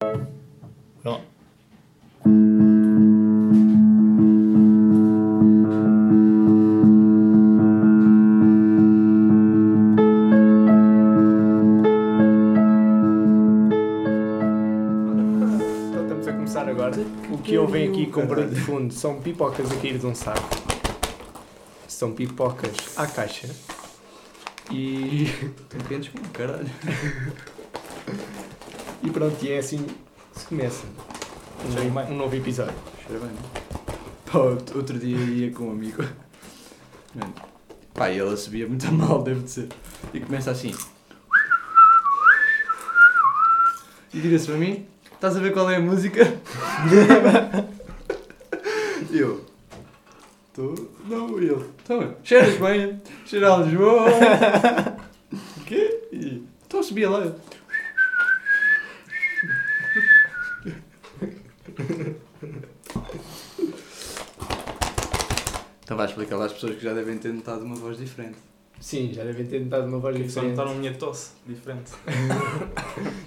Vai lá. Então estamos a começar agora. O que ouvem aqui com barulho de fundo são pipocas a cair de um saco. São pipocas à caixa. E, Estão quentes como caralho. e pronto, e é assim que se começa. Um Cheira novo, bem. um novo episódio. Cheira bem, não? Pá, out- outro dia ia com um amigo. Mano. Pá, e ele subia muito a mal, deve de ser. E começa assim. E vira-se para mim. Estás a ver qual é a música? e eu. Tô... Não, e ele. Então, cheiras bem. Cheira a Lisboa. o quê? E... Então subia lá. Então vai explicar lá às pessoas que já devem ter notado uma voz diferente. Sim, já devem ter notado uma voz Porque só diferente. notaram a minha tosse diferente.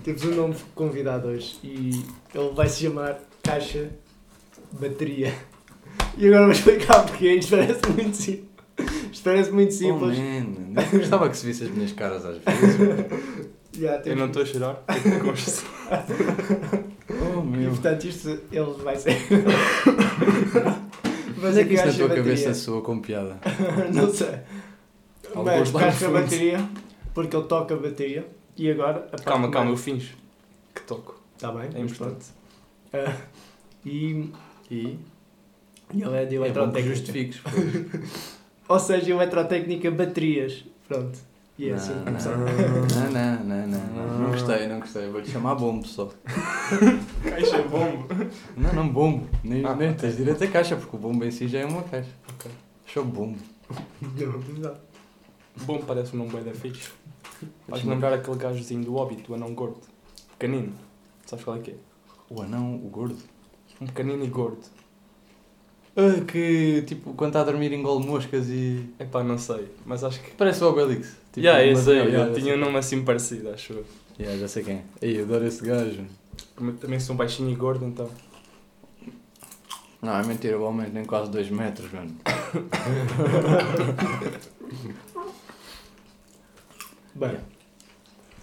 Temos um nome convidado hoje e ele vai se chamar Caixa Bateria. E agora vou explicar porque é isto parece muito simples. Isto parece muito Oh, simples. man. Eu gostava que se visse as minhas caras às vezes. Já, Eu temos- não estou a chorar. eu tô com isso. Oh, E meu. portanto isto ele vai ser. Mas é que isso na Caixa tua cabeça Bateria. soa com piada. não sei. Mas Alguns lá no caixa fundo. bateria, porque ele toca a bateria. E agora a parte Calma, calma, eu mais- finjo. Que toco. Tá bem, É mas importante. pronto. Ah, e, E e ele é de é bom que eletrotécnica. justifiques. pois. Ou seja, eletrotécnica baterias. Pronto. E é assim que não, começamos. não, não, não, não, não, não gostei, não gostei. Vou-lhe chamar bombo só. Caixa bombo. Não, não, bombo. Nem, Ah, nem ok. tens direito a caixa, porque o bombo em si já é uma caixa. Ok. Show bombo. Não, Bombo parece um nome bem da fixe. Faz-me lembrar aquele gajozinho do Hobbit, o anão gordo. Pequenino. Sabes qual é que é? O anão, o gordo. Um pequenino e gordo. Ah, que tipo, quando está a dormir engole moscas e. Epá, não sei. Mas acho que... Parece o Obelix. Tipo, yeah, uma- esse aí. yeah, eu já tinha um nome assim parecido, acho eu. sei. Yeah, já sei quem. é. Ei, adoro esse gajo. Como eu Também sou baixinho e gordo, então... Não, é mentira, o homem tem quase 2 metros, mano. Bem,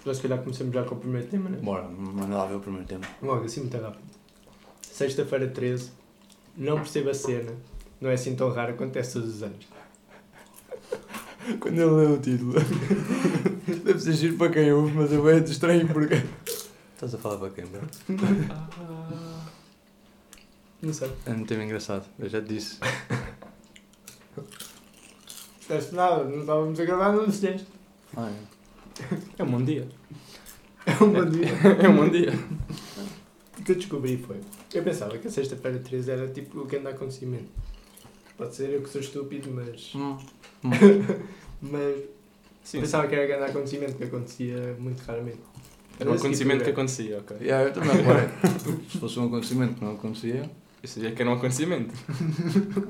nós se calhar começamos já com o primeiro tema, né? Bora, manda lá ver o primeiro tempo. Logo, assim muito rápido. Sexta-feira 13. Não percebo a cena. Não é assim tão raro, acontece todos os anos. Quando ele lê o título. Deve ser giro para quem ouve, mas eu é de estranho porque. Estás a falar para quem, bro? Ah. Não sei. É muito engraçado, eu já te disse. Disseste nada, não estávamos a gravar, não disseste. Ah, é. É um bom dia. É um bom dia. É um bom dia. O que eu descobri foi. Eu pensava que a sexta-feira 13 era tipo o que anda acontecimento. Pode ser eu que sou estúpido, mas. Hum. Mas Sim, sim. pensava que era o que anda acontecimento, que acontecia muito raramente. Era um Esse acontecimento que tipo acontecia, ok. Yeah, eu também reparei. Se fosse um acontecimento que não acontecia, Eu sabia que era um acontecimento.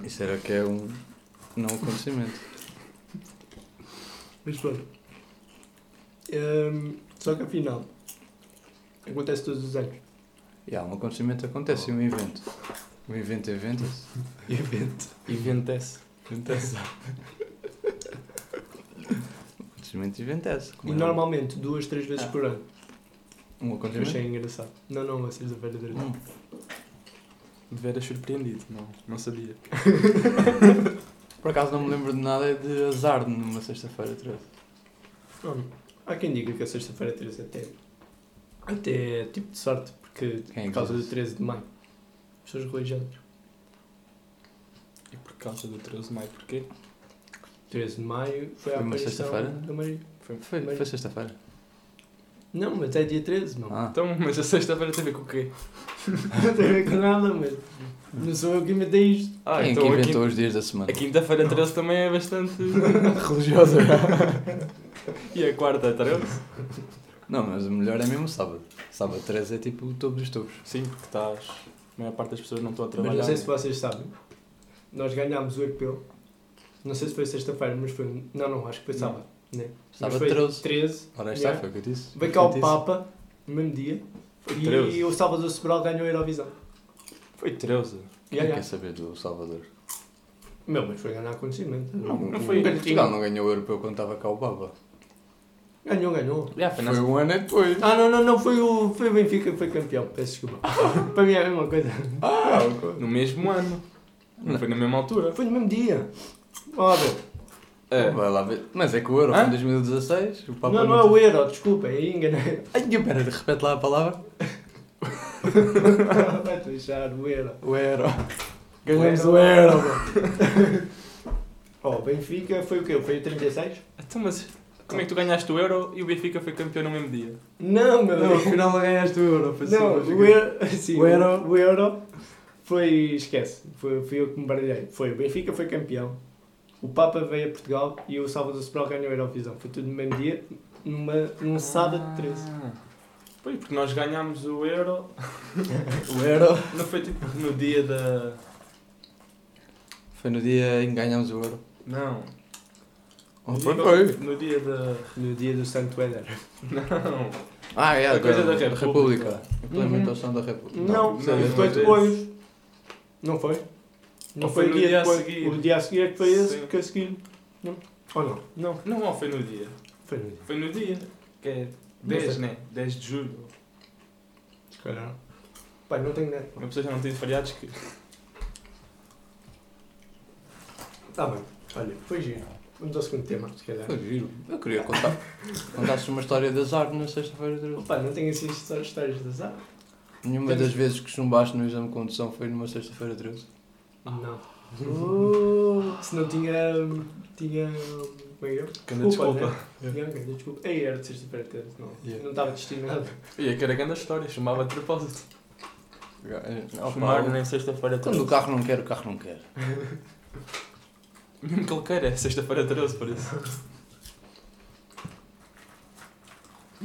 isso era que é um não acontecimento. era. Mas pronto. Hum, só que afinal. Acontece todos os anos. Yeah, um acontecimento acontece e um evento. Um evento inventa-se. Evento. E ventece. Inventa-se. Um acontecimento inventa-se. E como é óbvio. normalmente duas, três vezes Ah. por ano. Um Eu acontecimento. achei engraçado. Não, não, a sexta-feira 13. Hum. Vera surpreendido, não, não sabia. Por acaso não me lembro de nada é de azar numa sexta-feira 13. Hum, Há quem diga que a sexta-feira 13 até, até é tipo de sorte, porque Quem é que por causa diz do 13 de maio. Pessoas religiosas. E por causa do 13 de maio, porquê? 13 de maio foi a Foi uma aparição sexta-feira? da Maria. Foi- Foi, Mas- foi sexta-feira. Não, mas é dia 13, não. Ah. Então, mas a sexta-feira tem a ver com o quê? Não tem a ver com nada, mas não sou eu que inventei isto. Ah, Quem é então que a inventou quinta- os dias da semana? a quinta-feira 13 também é bastante. religiosa. e a quarta 13? não, mas o melhor é mesmo sábado. Sábado 13 é tipo o topo dos topos. Sim, porque estás. A maior parte das pessoas não estão a Então Mas trabalhar. não sei se vocês sabem. Nós ganhámos o europeu. Não sei se foi sexta-feira, mas foi. um- Não, não, acho que foi Não. sábado. Né? Mas Sábado foi 13. 13. Ora, esta Yeah. foi o que eu disse. Veio cá o Portanto, isso- Papa, no mesmo dia. Foi E, 13. e o Salvador Sobral ganhou a Eurovisão. Foi 13. Yeah, Quem é quer yeah. saber do Salvador? Um, Meu, mas foi ganhar acontecimento. não foi- Portugal não ganhou o europeu quando estava cá o Baba. Ganhou, ganhou. Yeah, foi Foi um ano depois. Ah, não, não, não, foi o, foi o Benfica que foi campeão, peço desculpa. Para mim é a mesma coisa. Ah, no mesmo ano. Não Não. foi na mesma altura. Foi no mesmo dia. Olha, É. Vai lá ver. Mas é que o Euro Hã? foi em 2016. O Papa não, não é o Euro, desculpa, aí enganei. Ai, pera, repete lá a palavra. Vai deixar o Euro. O Euro. Ganhamos o Euro, Ó, Benfica foi o quê? Foi o 36? Então, mas como é que tu ganhaste o Euro e o Benfica foi campeão no mesmo dia? Não, meu Não, Deus. afinal ganhaste o euro. foi Não, só- o euro, sim, O Euro- o Euro foi. Esquece, foi, fui eu que me baralhei. Foi o Benfica, foi campeão. O Papa veio a Portugal e o Salvador Sobral ganhou a Eurovisão. Foi tudo no mesmo dia, numa, Ah. num sábado de 13. Pois, porque nós ganhámos o Euro, O Euro. não foi tipo no dia da. Foi no dia em que ganhámos o Euro. Não. Oh, No foi, dia- foi. No dia da. No dia do Santo Éder. Não. Ah, é, A coisa da República. República. Então, Implementação da República. não, Não, não, foi não, depois. Não foi? Não Ou foi, o foi no dia, dia a depois. seguir. O dia a seguir é que foi esse, Sim. que a seguir. Não. Ou não? Não, não, não foi no dia. Foi no dia. Foi no dia. Que é Não 10, sei. né? 10 de julho. Se calhar. Pai, não tenho nada. Uma pessoa já não tem feriados que. Tá bem. Olha, foi giro. Vamos ao segundo tema, se calhar. Foi giro. Eu queria contar. Contaste uma história de azar na sexta-feira 13. Opa, não tenho assim só histórias de azar? Nenhuma das vezes que chumbaste no exame de condução foi numa sexta-feira 13. Não. Uh, se não tinha. Tinha. Como é que é? Ganda desculpa. Né? Tinha, ok, desculpa. Ei, era de sexta-feira, terça, não. Yeah. Não estava destinado. E é que era grande a história, chamava de propósito. É, Opa, Fumar nem sexta-feira Quando o 13. carro não quer, o carro não quer. Mesmo que ele queira, é sexta-feira 13, por isso.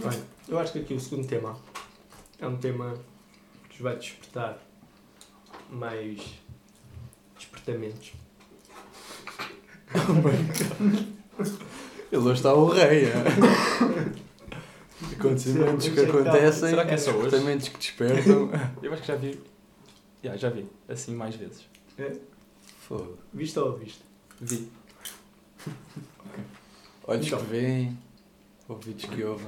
Olha, eu acho que aqui o segundo tema é um tema que vos vai despertar mais despertamentos. Ele hoje está o rei, é? Acontecimentos que acontecem, Será que é só hoje? acontecimentos que despertam. Eu acho que já vi. Já, já vi. Assim mais vezes. Fogo. Viste ou ouviste? Vi. Olhos Então. que veem, ouvidos que ouvem.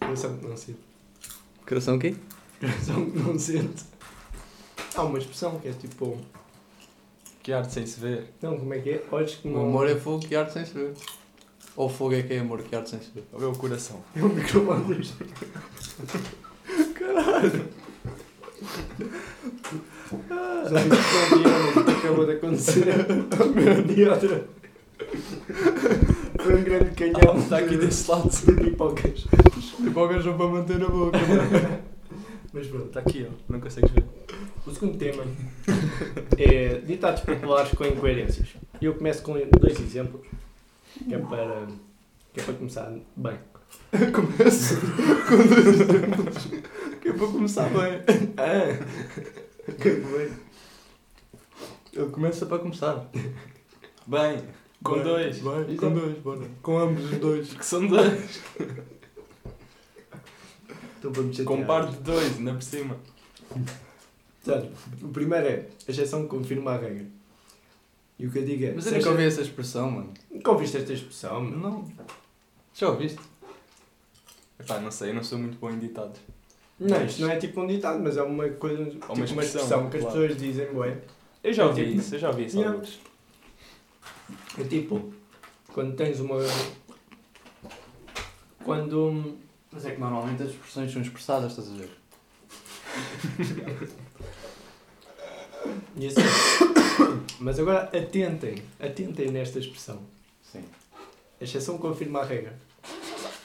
Coração que não sente. Coração quê? Coração que não sente. Há uma expressão que é tipo. Que arte sem se ver. Não, como é que é? Olhos que O não. amor é fogo que arde sem se ver. Ou fogo é que é amor que arde sem se ver. Ou é o coração. É um microondas. Caralho! Já vi que um dia que acabou de acontecer ao meu diâmetro. Foi um grande canhão. está Tá aqui desse lado. de pipocas. Tipo, alguém para manter na boca. Mas pronto. Está Tá aqui, ó. Não consegues ver. O segundo um tema é ditados populares com incoerências. E Eu começo com dois exemplos, que é para, que é para começar bem. Começo com dois exemplos. Que é para começar bem. Ah, que bem. Ele começa para começar. Bem, com Bem, dois. Bem, com dois, bora. Com ambos os dois. Que são dois. Então vamos Com um chatear. par de dois, ainda por cima. Portanto, o primeiro é a exceção que confirma a regra. E o que eu digo é. Mas eu sempre- nunca ouvi essa expressão, mano. Nunca ouviste esta expressão, meu? Não. Já ouviste? Epá, não sei, eu não sou muito bom em ditados. Não, isto não é tipo um ditado, mas é uma coisa. tipo uma expressão, expressão, que as claro. pessoas dizem, ué. Eu já É ouvi tipo- isso, eu já ouvi isso Yeah. alguns. É tipo. Quando tens uma. Quando. um- Mas é que normalmente as expressões são expressadas, estás a ver? e assim. mas agora atentem, atentem nesta expressão. Sim. A exceção confirma a regra.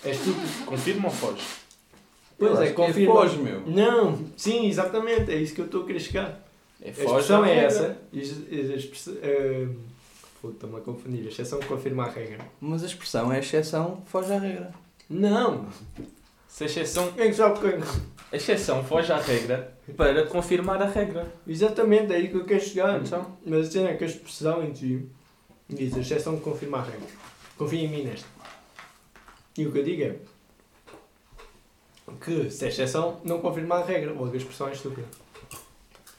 És tu que Confirma ou foge? Pois Eu é, acho que confirma. foge, meu. Não, sim, exatamente, é isso que eu estou a querer chegar. É A expressão é essa. E a- e a expressão- eh, fogo, Estou-me a confundir. A exceção confirma a regra. Mas a expressão é exceção, foge à regra. Não! Se a exceção, Quem sabe quem? a exceção foge à regra para confirmar a regra. Exatamente, é aí que eu quero chegar. Então, Mas a cena é que a expressão em si diz a exceção confirma a regra. Confia em mim nesta. E o que eu digo é. que, se é exceção, não confirma a regra, ou a expressão é estúpida.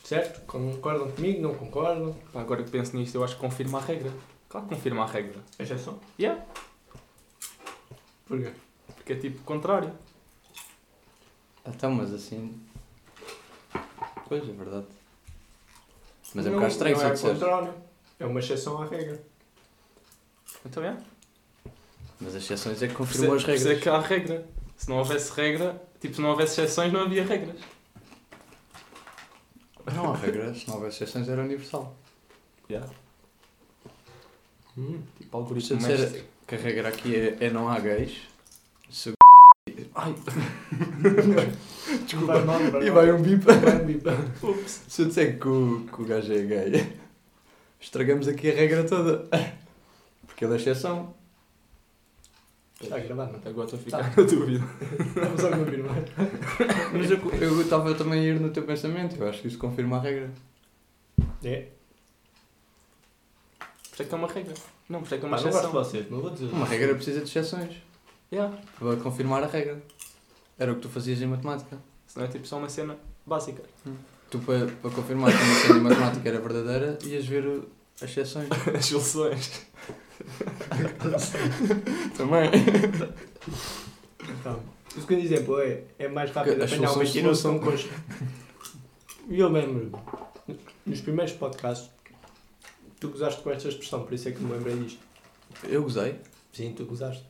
Certo? Concordam comigo? Não concordam? Pá, agora que penso nisto, eu acho que confirma a regra. Claro que confirma a regra. Exceção? Yeah. Porquê? Porque é tipo contrário. Ah, tá, mas assim. Pois, é verdade. Mas é um Não- bocado estranho não só é disseres. contrário. É uma exceção à regra. Então é. Mas as exceções é que Por confirmam isso as é- por isso é regras. que há regra. Se não houvesse regra, tipo, se não houvesse exceções, não havia regras. Não há regras, se não houver exceções era universal. Yeah. Hum. Tipo, Se algoritmo eu mestre. disser que a regra aqui é, é não há gays, se o Ai, Desculpa. Vai mal, vai e mal. vai um bip. Vai um bip. Se eu disser que o, que o gajo é gay, estragamos aqui a regra toda. Porque ele é exceção. Está gravado, não está? Agora estou a ficar na dúvida. Vamos só confirmar. Mas eu eu estava também a ir no teu pensamento, eu acho que isso confirma a regra. É. Por isso é que é uma regra. Não, por isso é que é Pá, uma não gosto de exceção. vocês, não vou dizer. Uma regra precisa de exceções Yeah. para confirmar a regra. Era o que tu fazias em matemática. Senão é tipo só uma cena básica. Tu, para, para confirmar que uma cena em matemática era verdadeira, ias ver o- as exceções. As soluções. Também. Então, o segundo exemplo é, é mais rápido Que as apanhar um soluções mentiroso que um coxo. E eu lembro, nos primeiros podcasts, tu gozaste com esta expressão, por isso é que me lembrei disto. Eu gozei. Sim, tu gozaste.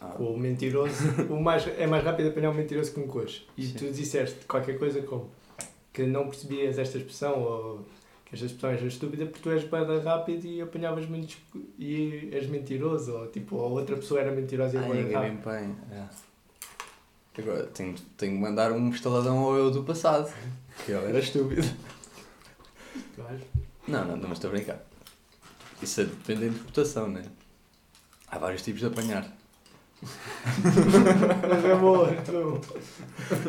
Ah. Com o mentiroso, o mais, é mais rápido apanhar um mentiroso que um coxo. E Sim. tu disseste qualquer coisa como que não percebias esta expressão ou que esta expressão era estúpida porque tu és bada rápido e apanhavas muitos e és mentiroso ou tipo, ou outra pessoa era mentirosa e Ai, agora tá. ninguém rápido. bem bem. É. Agora tenho, tenho de mandar um estaladão ao eu do passado. Que ele era estúpido. Claro. Não, não, não mas estou a brincar. Isso é depende da interpretação, não é? Há vários tipos de apanhar. Mas é boa, muito bom.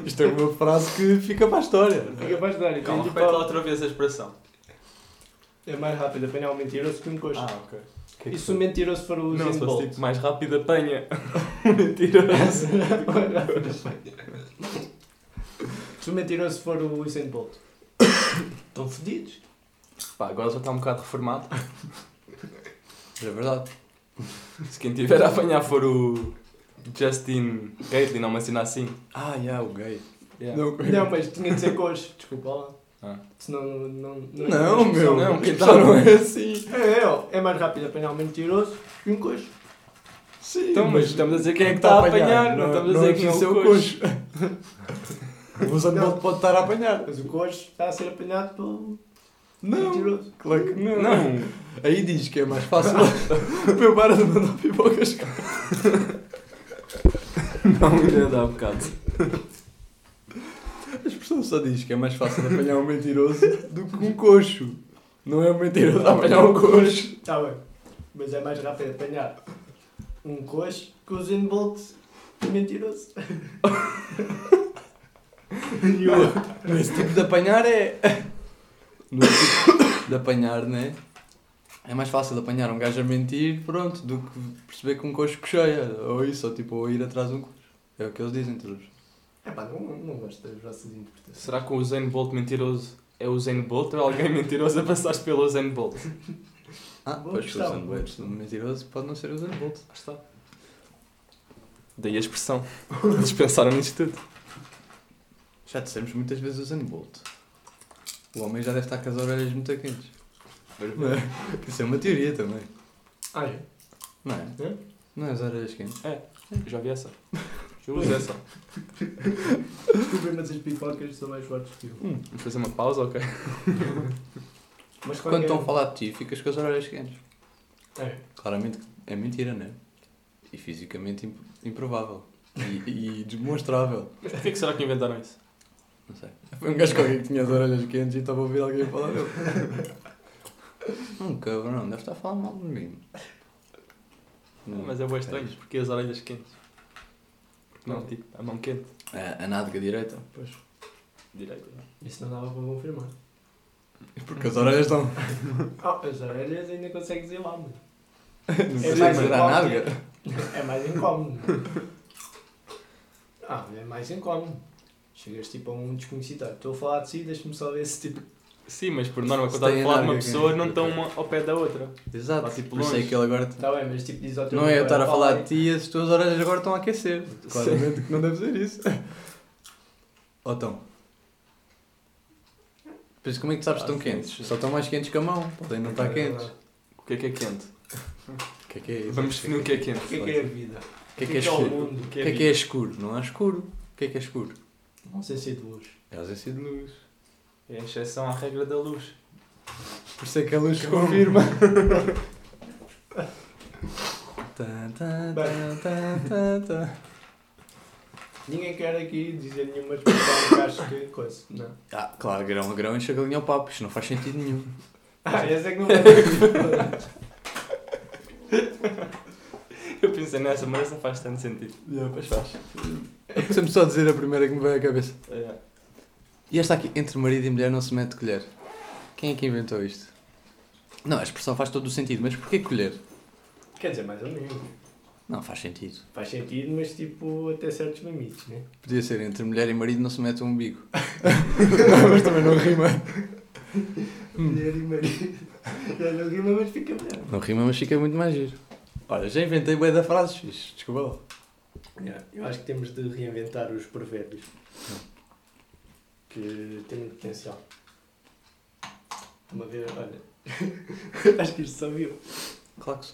Isto é uma frase que fica para a história. Fica para ajudar. Calma, entendi, repete lá Paulo. outra vez a expressão. É mais rápido apanhar um mentiroso que um coxo. Ah, ok. e se o mentiroso for o Não, Usain se Bolt? fosse tipo mais rápido, apanha. Mentiroso. É Mais rápido apanha. se o mentiroso for o Usain Bolt? Estão fodidos. Pá, agora já está um bocado reformado. Mas é verdade. Se quem tiver a apanhar for o Justin Gatlin, não cena assim. Ah, já, o gay. Yeah. Não, Não, mas tinha de ser coxo. Desculpa lá. Ah. Senão não... Não, não, meu. não, Não, que já tal? não é assim. É, é, ó, é mais rápido apanhar um mentiroso que um coxo. Sim, Então, mas estamos a dizer quem é que tá está a apanhar, não estamos a dizer quem é preciso o ser coxo. coxo. O Usain Bolt pode estar a apanhar. Mas o coxo está a ser apanhado pelo Não, mentiroso. claro que não. Não, Aí diz que é mais fácil. meu, para de mandar pipocas. não, ainda dá um bocado. A expressão só diz que é mais fácil apanhar um mentiroso do que um coxo. Não é um mentiroso apanhar um coxo. Está Tá bem. Mas é mais rápido apanhar um coxo que o Usain Bolt mentiroso. e o outro. Esse tipo de apanhar é. No tipo de apanhar, né? É mais fácil apanhar um gajo a mentir, pronto, do que perceber que um coxo cocheia. Ou isso, ou tipo, ou ir atrás de um coxo. É o que eles dizem todos. Epá, não, não gosto das vossas interpretações. Será que o Usain Bolt mentiroso é o Usain Bolt ou é alguém mentiroso a passar pelo Usain Bolt? Ah, Boa pois que o questão, Usain boa Bolt questão. um mentiroso pode não ser o Usain Bolt. Ah, está. Daí a expressão. Eles pensaram nisto tudo. Já dissemos muitas vezes o Usain Bolt. O homem já deve estar com as orelhas muito quentes. Não é? Isso é uma teoria também. Ah, é? Não é? É? Não é as orelhas quentes. Eu Já vi essa. Eu uso essa. Desculpem, mas as pipocas são mais fortes que eu. Vamos fazer uma pausa, ok? Mas Quando qualquer- estão a falar de ti, ficas com as orelhas quentes. É. Claramente é mentira, não é? E fisicamente imp- improvável. E, e demonstrável. Mas porquê que será que inventaram isso? Não sei. Foi um gajo qualquer que tinha as orelhas quentes e estava a ouvir alguém falar dele. um cabrão, deve estar a falar mal de mim. Não. Mas é bem estranho, porque as orelhas quentes. Porque não, tipo, a mão quente. É, A, a nádega direita. Pois. Direito. Isso não dava para confirmar. Porque as orelhas estão. Ah, as orelhas ainda consegues ir lá, mano. Não É consegues mais ver a igual que- nádega. É mais incómodo. Ah, é mais incómodo. Chegas tipo a um desconhecido. "Ah, Estou a falar de si, deixa-me só ver se tipo. Sim, mas por norma, Se quando estás a tem falar de uma nada, pessoa, ok. não estão uma ao pé da outra. Exato. Pá, tipo, Por isso é longe. que ele agora. Está bem, mas tipo diz ao teu Não é eu companheiro, estar a "Pá, falar olha, de ti e as tuas orelhas agora estão a aquecer. Claramente que não deve ser isso. Ou estão? Pois como é que tu sabes que Ah, estão sim, quentes? sim. Só estão mais quentes que a mão. Podem não tá estar cara, quentes. O que é que é quente? O que é que é isso? Vamos definir o que é quente. O que é que é a vida? O que é que é o escuro? mundo? O que é que é escuro? Não há escuro. O que é que é escuro? Não sei se é de luz. É a ausência de luz. É a exceção à regra da luz. Por isso é que a luz confirma. Tan, tan, tan, tan, tan, tan. Ninguém quer aqui dizer nenhuma expressão que acho que coisa. Não. Ah, claro, grão a grão enche a galinha ao papo. Isto não faz sentido nenhum. Ah, esse é que não vai Eu pensei nessa, mas essa faz tanto sentido. Mas faz. Deixa-me só dizer a primeira que me veio à cabeça. É. E esta aqui, entre marido e mulher não se mete colher. Quem é que inventou isto? Não, a expressão faz todo o sentido, mas porquê colher? Quer dizer, mais ou menos. Não faz sentido. Faz sentido, mas tipo, até certos limites, né? Podia ser entre mulher e marido não se mete um umbigo. não, mas também não rima. Mulher e marido. Já não rima, mas fica melhor. Não rima, mas fica muito mais giro. Olha, já inventei bué da frases, fixe. desculpa lá. Eu acho que temos de reinventar os provérbios. Que têm muito potencial. Uma vez, olha. acho que isto só viu. Claro que sim.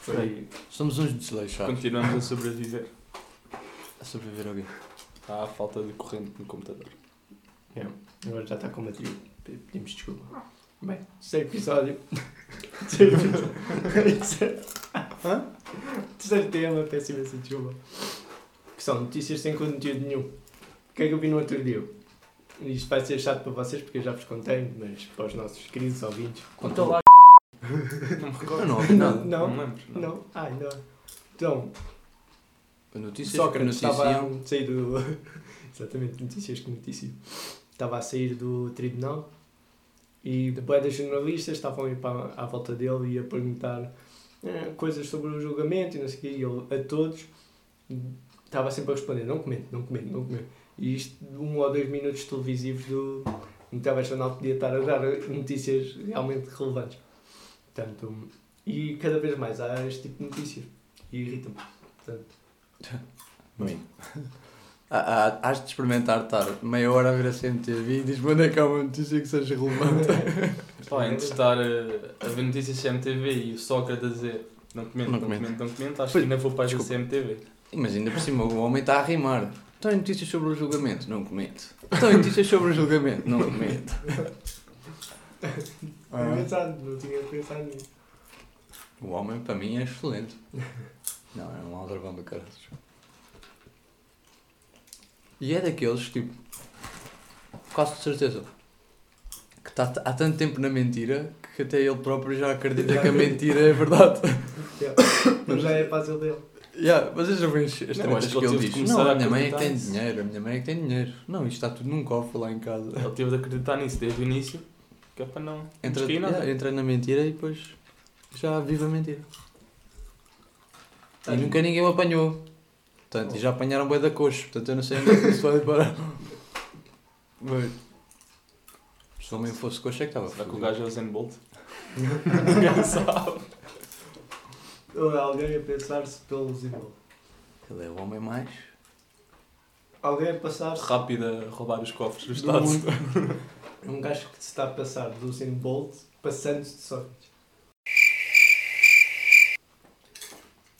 Foi. Somos uns desleixados. Continuamos a sobreviver. A sobreviver alguém. Há falta de corrente no computador. Agora já está com uma tribo. Pe- Pedimos desculpa. Bem, terceiro episódio. Terceiro episódio. Hã? Terceiro tema, peço imensa desculpa. Que são notícias sem conteúdo nenhum. O que é que eu vi no outro dia? Isto vai ser chato para vocês porque eu já vos contei, mas para os nossos queridos ouvintes. Conta lá. Não me Eu recordo. não ouvi nada. Não, me lembro. não. Ah, não. Então, Notícias Sócrates que estava noticiam. a sair do. Exatamente, notícias que noticiam. Estava a sair do tribunal e depois das jornalistas estavam a ir para, à volta dele e a perguntar eh, coisas sobre o julgamento e não sei o quê. E ele, a todos, estava sempre a responder: não comento, não comento, não comento. E isto, de um ou dois minutos televisivos do. No telejornal podia estar a dar notícias realmente relevantes. Portanto, e cada vez mais há este tipo de notícias. E irritam-me. Portanto, Mim. Há- há- Ah, Hás de experimentar estar meia hora a ver a CMTV e diz-me onde é que há uma notícia que seja relevante. Pá, entre estar eh, a ver notícias CMTV e o Sócrates a dizer não comento, Não não, comento. comento. não comento, acho que Pois, ainda vou para a desculpa. CMTV. Mas ainda por cima o homem está a rimar. Estão em notícias sobre o julgamento? Não comento. Estão em Então é notícias sobre o julgamento? Não comento. Ah, é? Tinha pensado, não tinha pensado nisso. O homem para mim é excelente. Não, é um aldrabão do caralho. E é daqueles, tipo, quase de certeza, que está há tanto tempo na mentira que até ele próprio já acredita que a mentira é verdade. Mas já é fácil dele. Yeah, vocês já veem as as Não, tretas acho que que ele ele teve de diz. começar Não, a a minha mãe é que tem acreditar nisso." dinheiro, a minha mãe é que tem dinheiro. Não, isto está tudo num cofre lá em casa. Ele teve de acreditar nisso desde o início, que é para não é? Entra, descair nada. yeah, entra na mentira e depois já vive a mentira. E Tá. Ah, nunca ninguém o apanhou. Portanto, e Oh. já apanharam boi da coxa, portanto eu não sei onde é que isso vai parar. Mas, se o homem fosse coxa é que estava Será que o fodido. gajo é o Zen Bolt? Ninguém sabe. Ou alguém a pensar-se pelos irmãos. Ele é o homem mais. Alguém a passar-se. Rápido a roubar os cofres do do Estado. mundo. Um gajo que se está a passar do Usain Bolt, passando-se de Sócrates.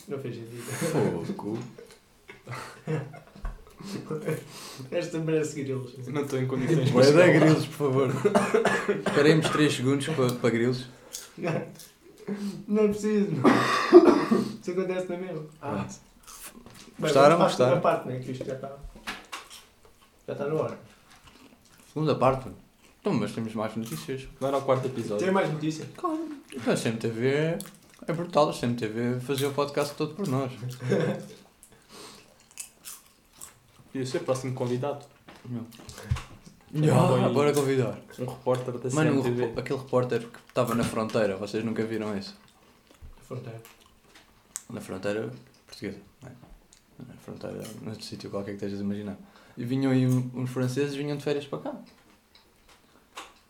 Não fez sentido. Fogo. Esta merece seguir eles. Não estou em condições Boi da chegar lá. grilos, por favor. Esperemos 3 segundos para, para grilos. Não é preciso, não. Isso acontece na mesma. Ah, Pronto. bem, Gostaram? vamos para a segunda Gostaram? parte, né? Que isto já está. Já tá está na hora. Segunda parte. mano. Então, mas temos mais notícias. Não era o quarto episódio. Tem mais notícia? Então, a CMTV é- é brutal. A CMTV fazia o podcast todo por nós. Podia ser o próximo convidado. Ah, bora convidar. Um repórter da Mano, o CMTV. repo- aquele repórter que estava na fronteira, vocês nunca viram isso? Fronteira. Na fronteira portuguesa. não é? na fronteira, num sítio qualquer que estejas a imaginar. E vinham aí um- uns franceses vinham de férias para cá.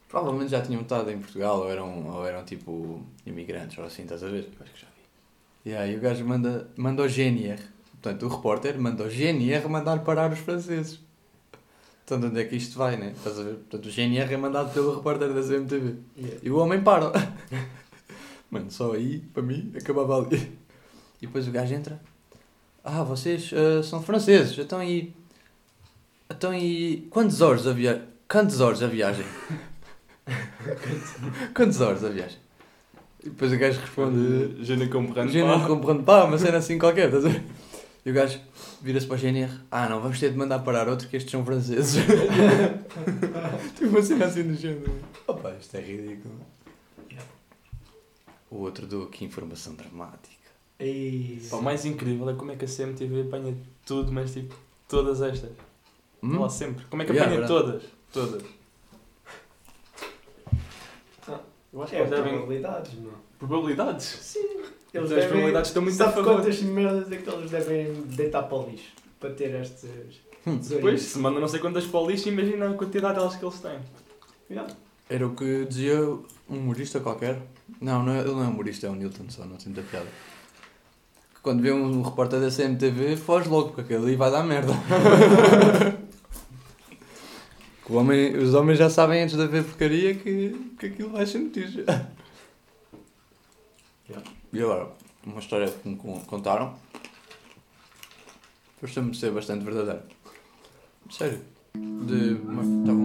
Provavelmente já tinham estado em Portugal ou eram, ou eram tipo imigrantes ou assim, estás a ver? Eu acho que já vi. E aí o gajo manda, manda o GNR. Portanto, o repórter manda o GNR mandar parar os franceses. Portanto, onde é que isto vai, né? Estás a ver? Portanto, o GNR é mandado pelo repórter da CMTV. Yeah. E o homem para. Mano, só aí, para mim, acabava ali. E depois o gajo entra. Ah, vocês ah, são franceses, então aí. Então e. Quantas horas a viagem? Quantas horas a viagem? Quantas horas a viagem? E depois o gajo responde. Je ne comprends Je não pas. compreendo pá, um uma cena assim qualquer, estás a ver? E o gajo vira-se para o GNR. Ah, não, vamos ter de mandar parar outro que estes são franceses. tipo uma cena assim do género. Opa, isto é ridículo. O outro deu aqui informação dramática. Ei, Pá, O mais incrível é como é que a CMTV apanha tudo, mas tipo, todas estas. Hum? Lá sempre. Como é que Yeah, apanha verdade. todas? Todas. Ah, eu acho que é eles devem. probabilidades, não. Probabilidades? Sim. Eles As probabilidades estão muito a Sabe favor. quantas merdas é que eles devem deitar para o lixo para ter estes. Hum, Depois, se manda não sei quantas para o lixo, imagina a quantidade delas que eles têm. Era o que dizia um humorista qualquer. Não, não é- ele não é humorista, é o Newton só, não tem muita piada. Que quando vê um repórter da CMTV, foge logo, porque aquele ali vai dar merda. Que o homem- os homens já sabem antes de haver porcaria que, que aquilo vai ser notícia. E agora, uma história que me con- contaram. Costuma ser bastante verdadeira. Sério. De uma, estava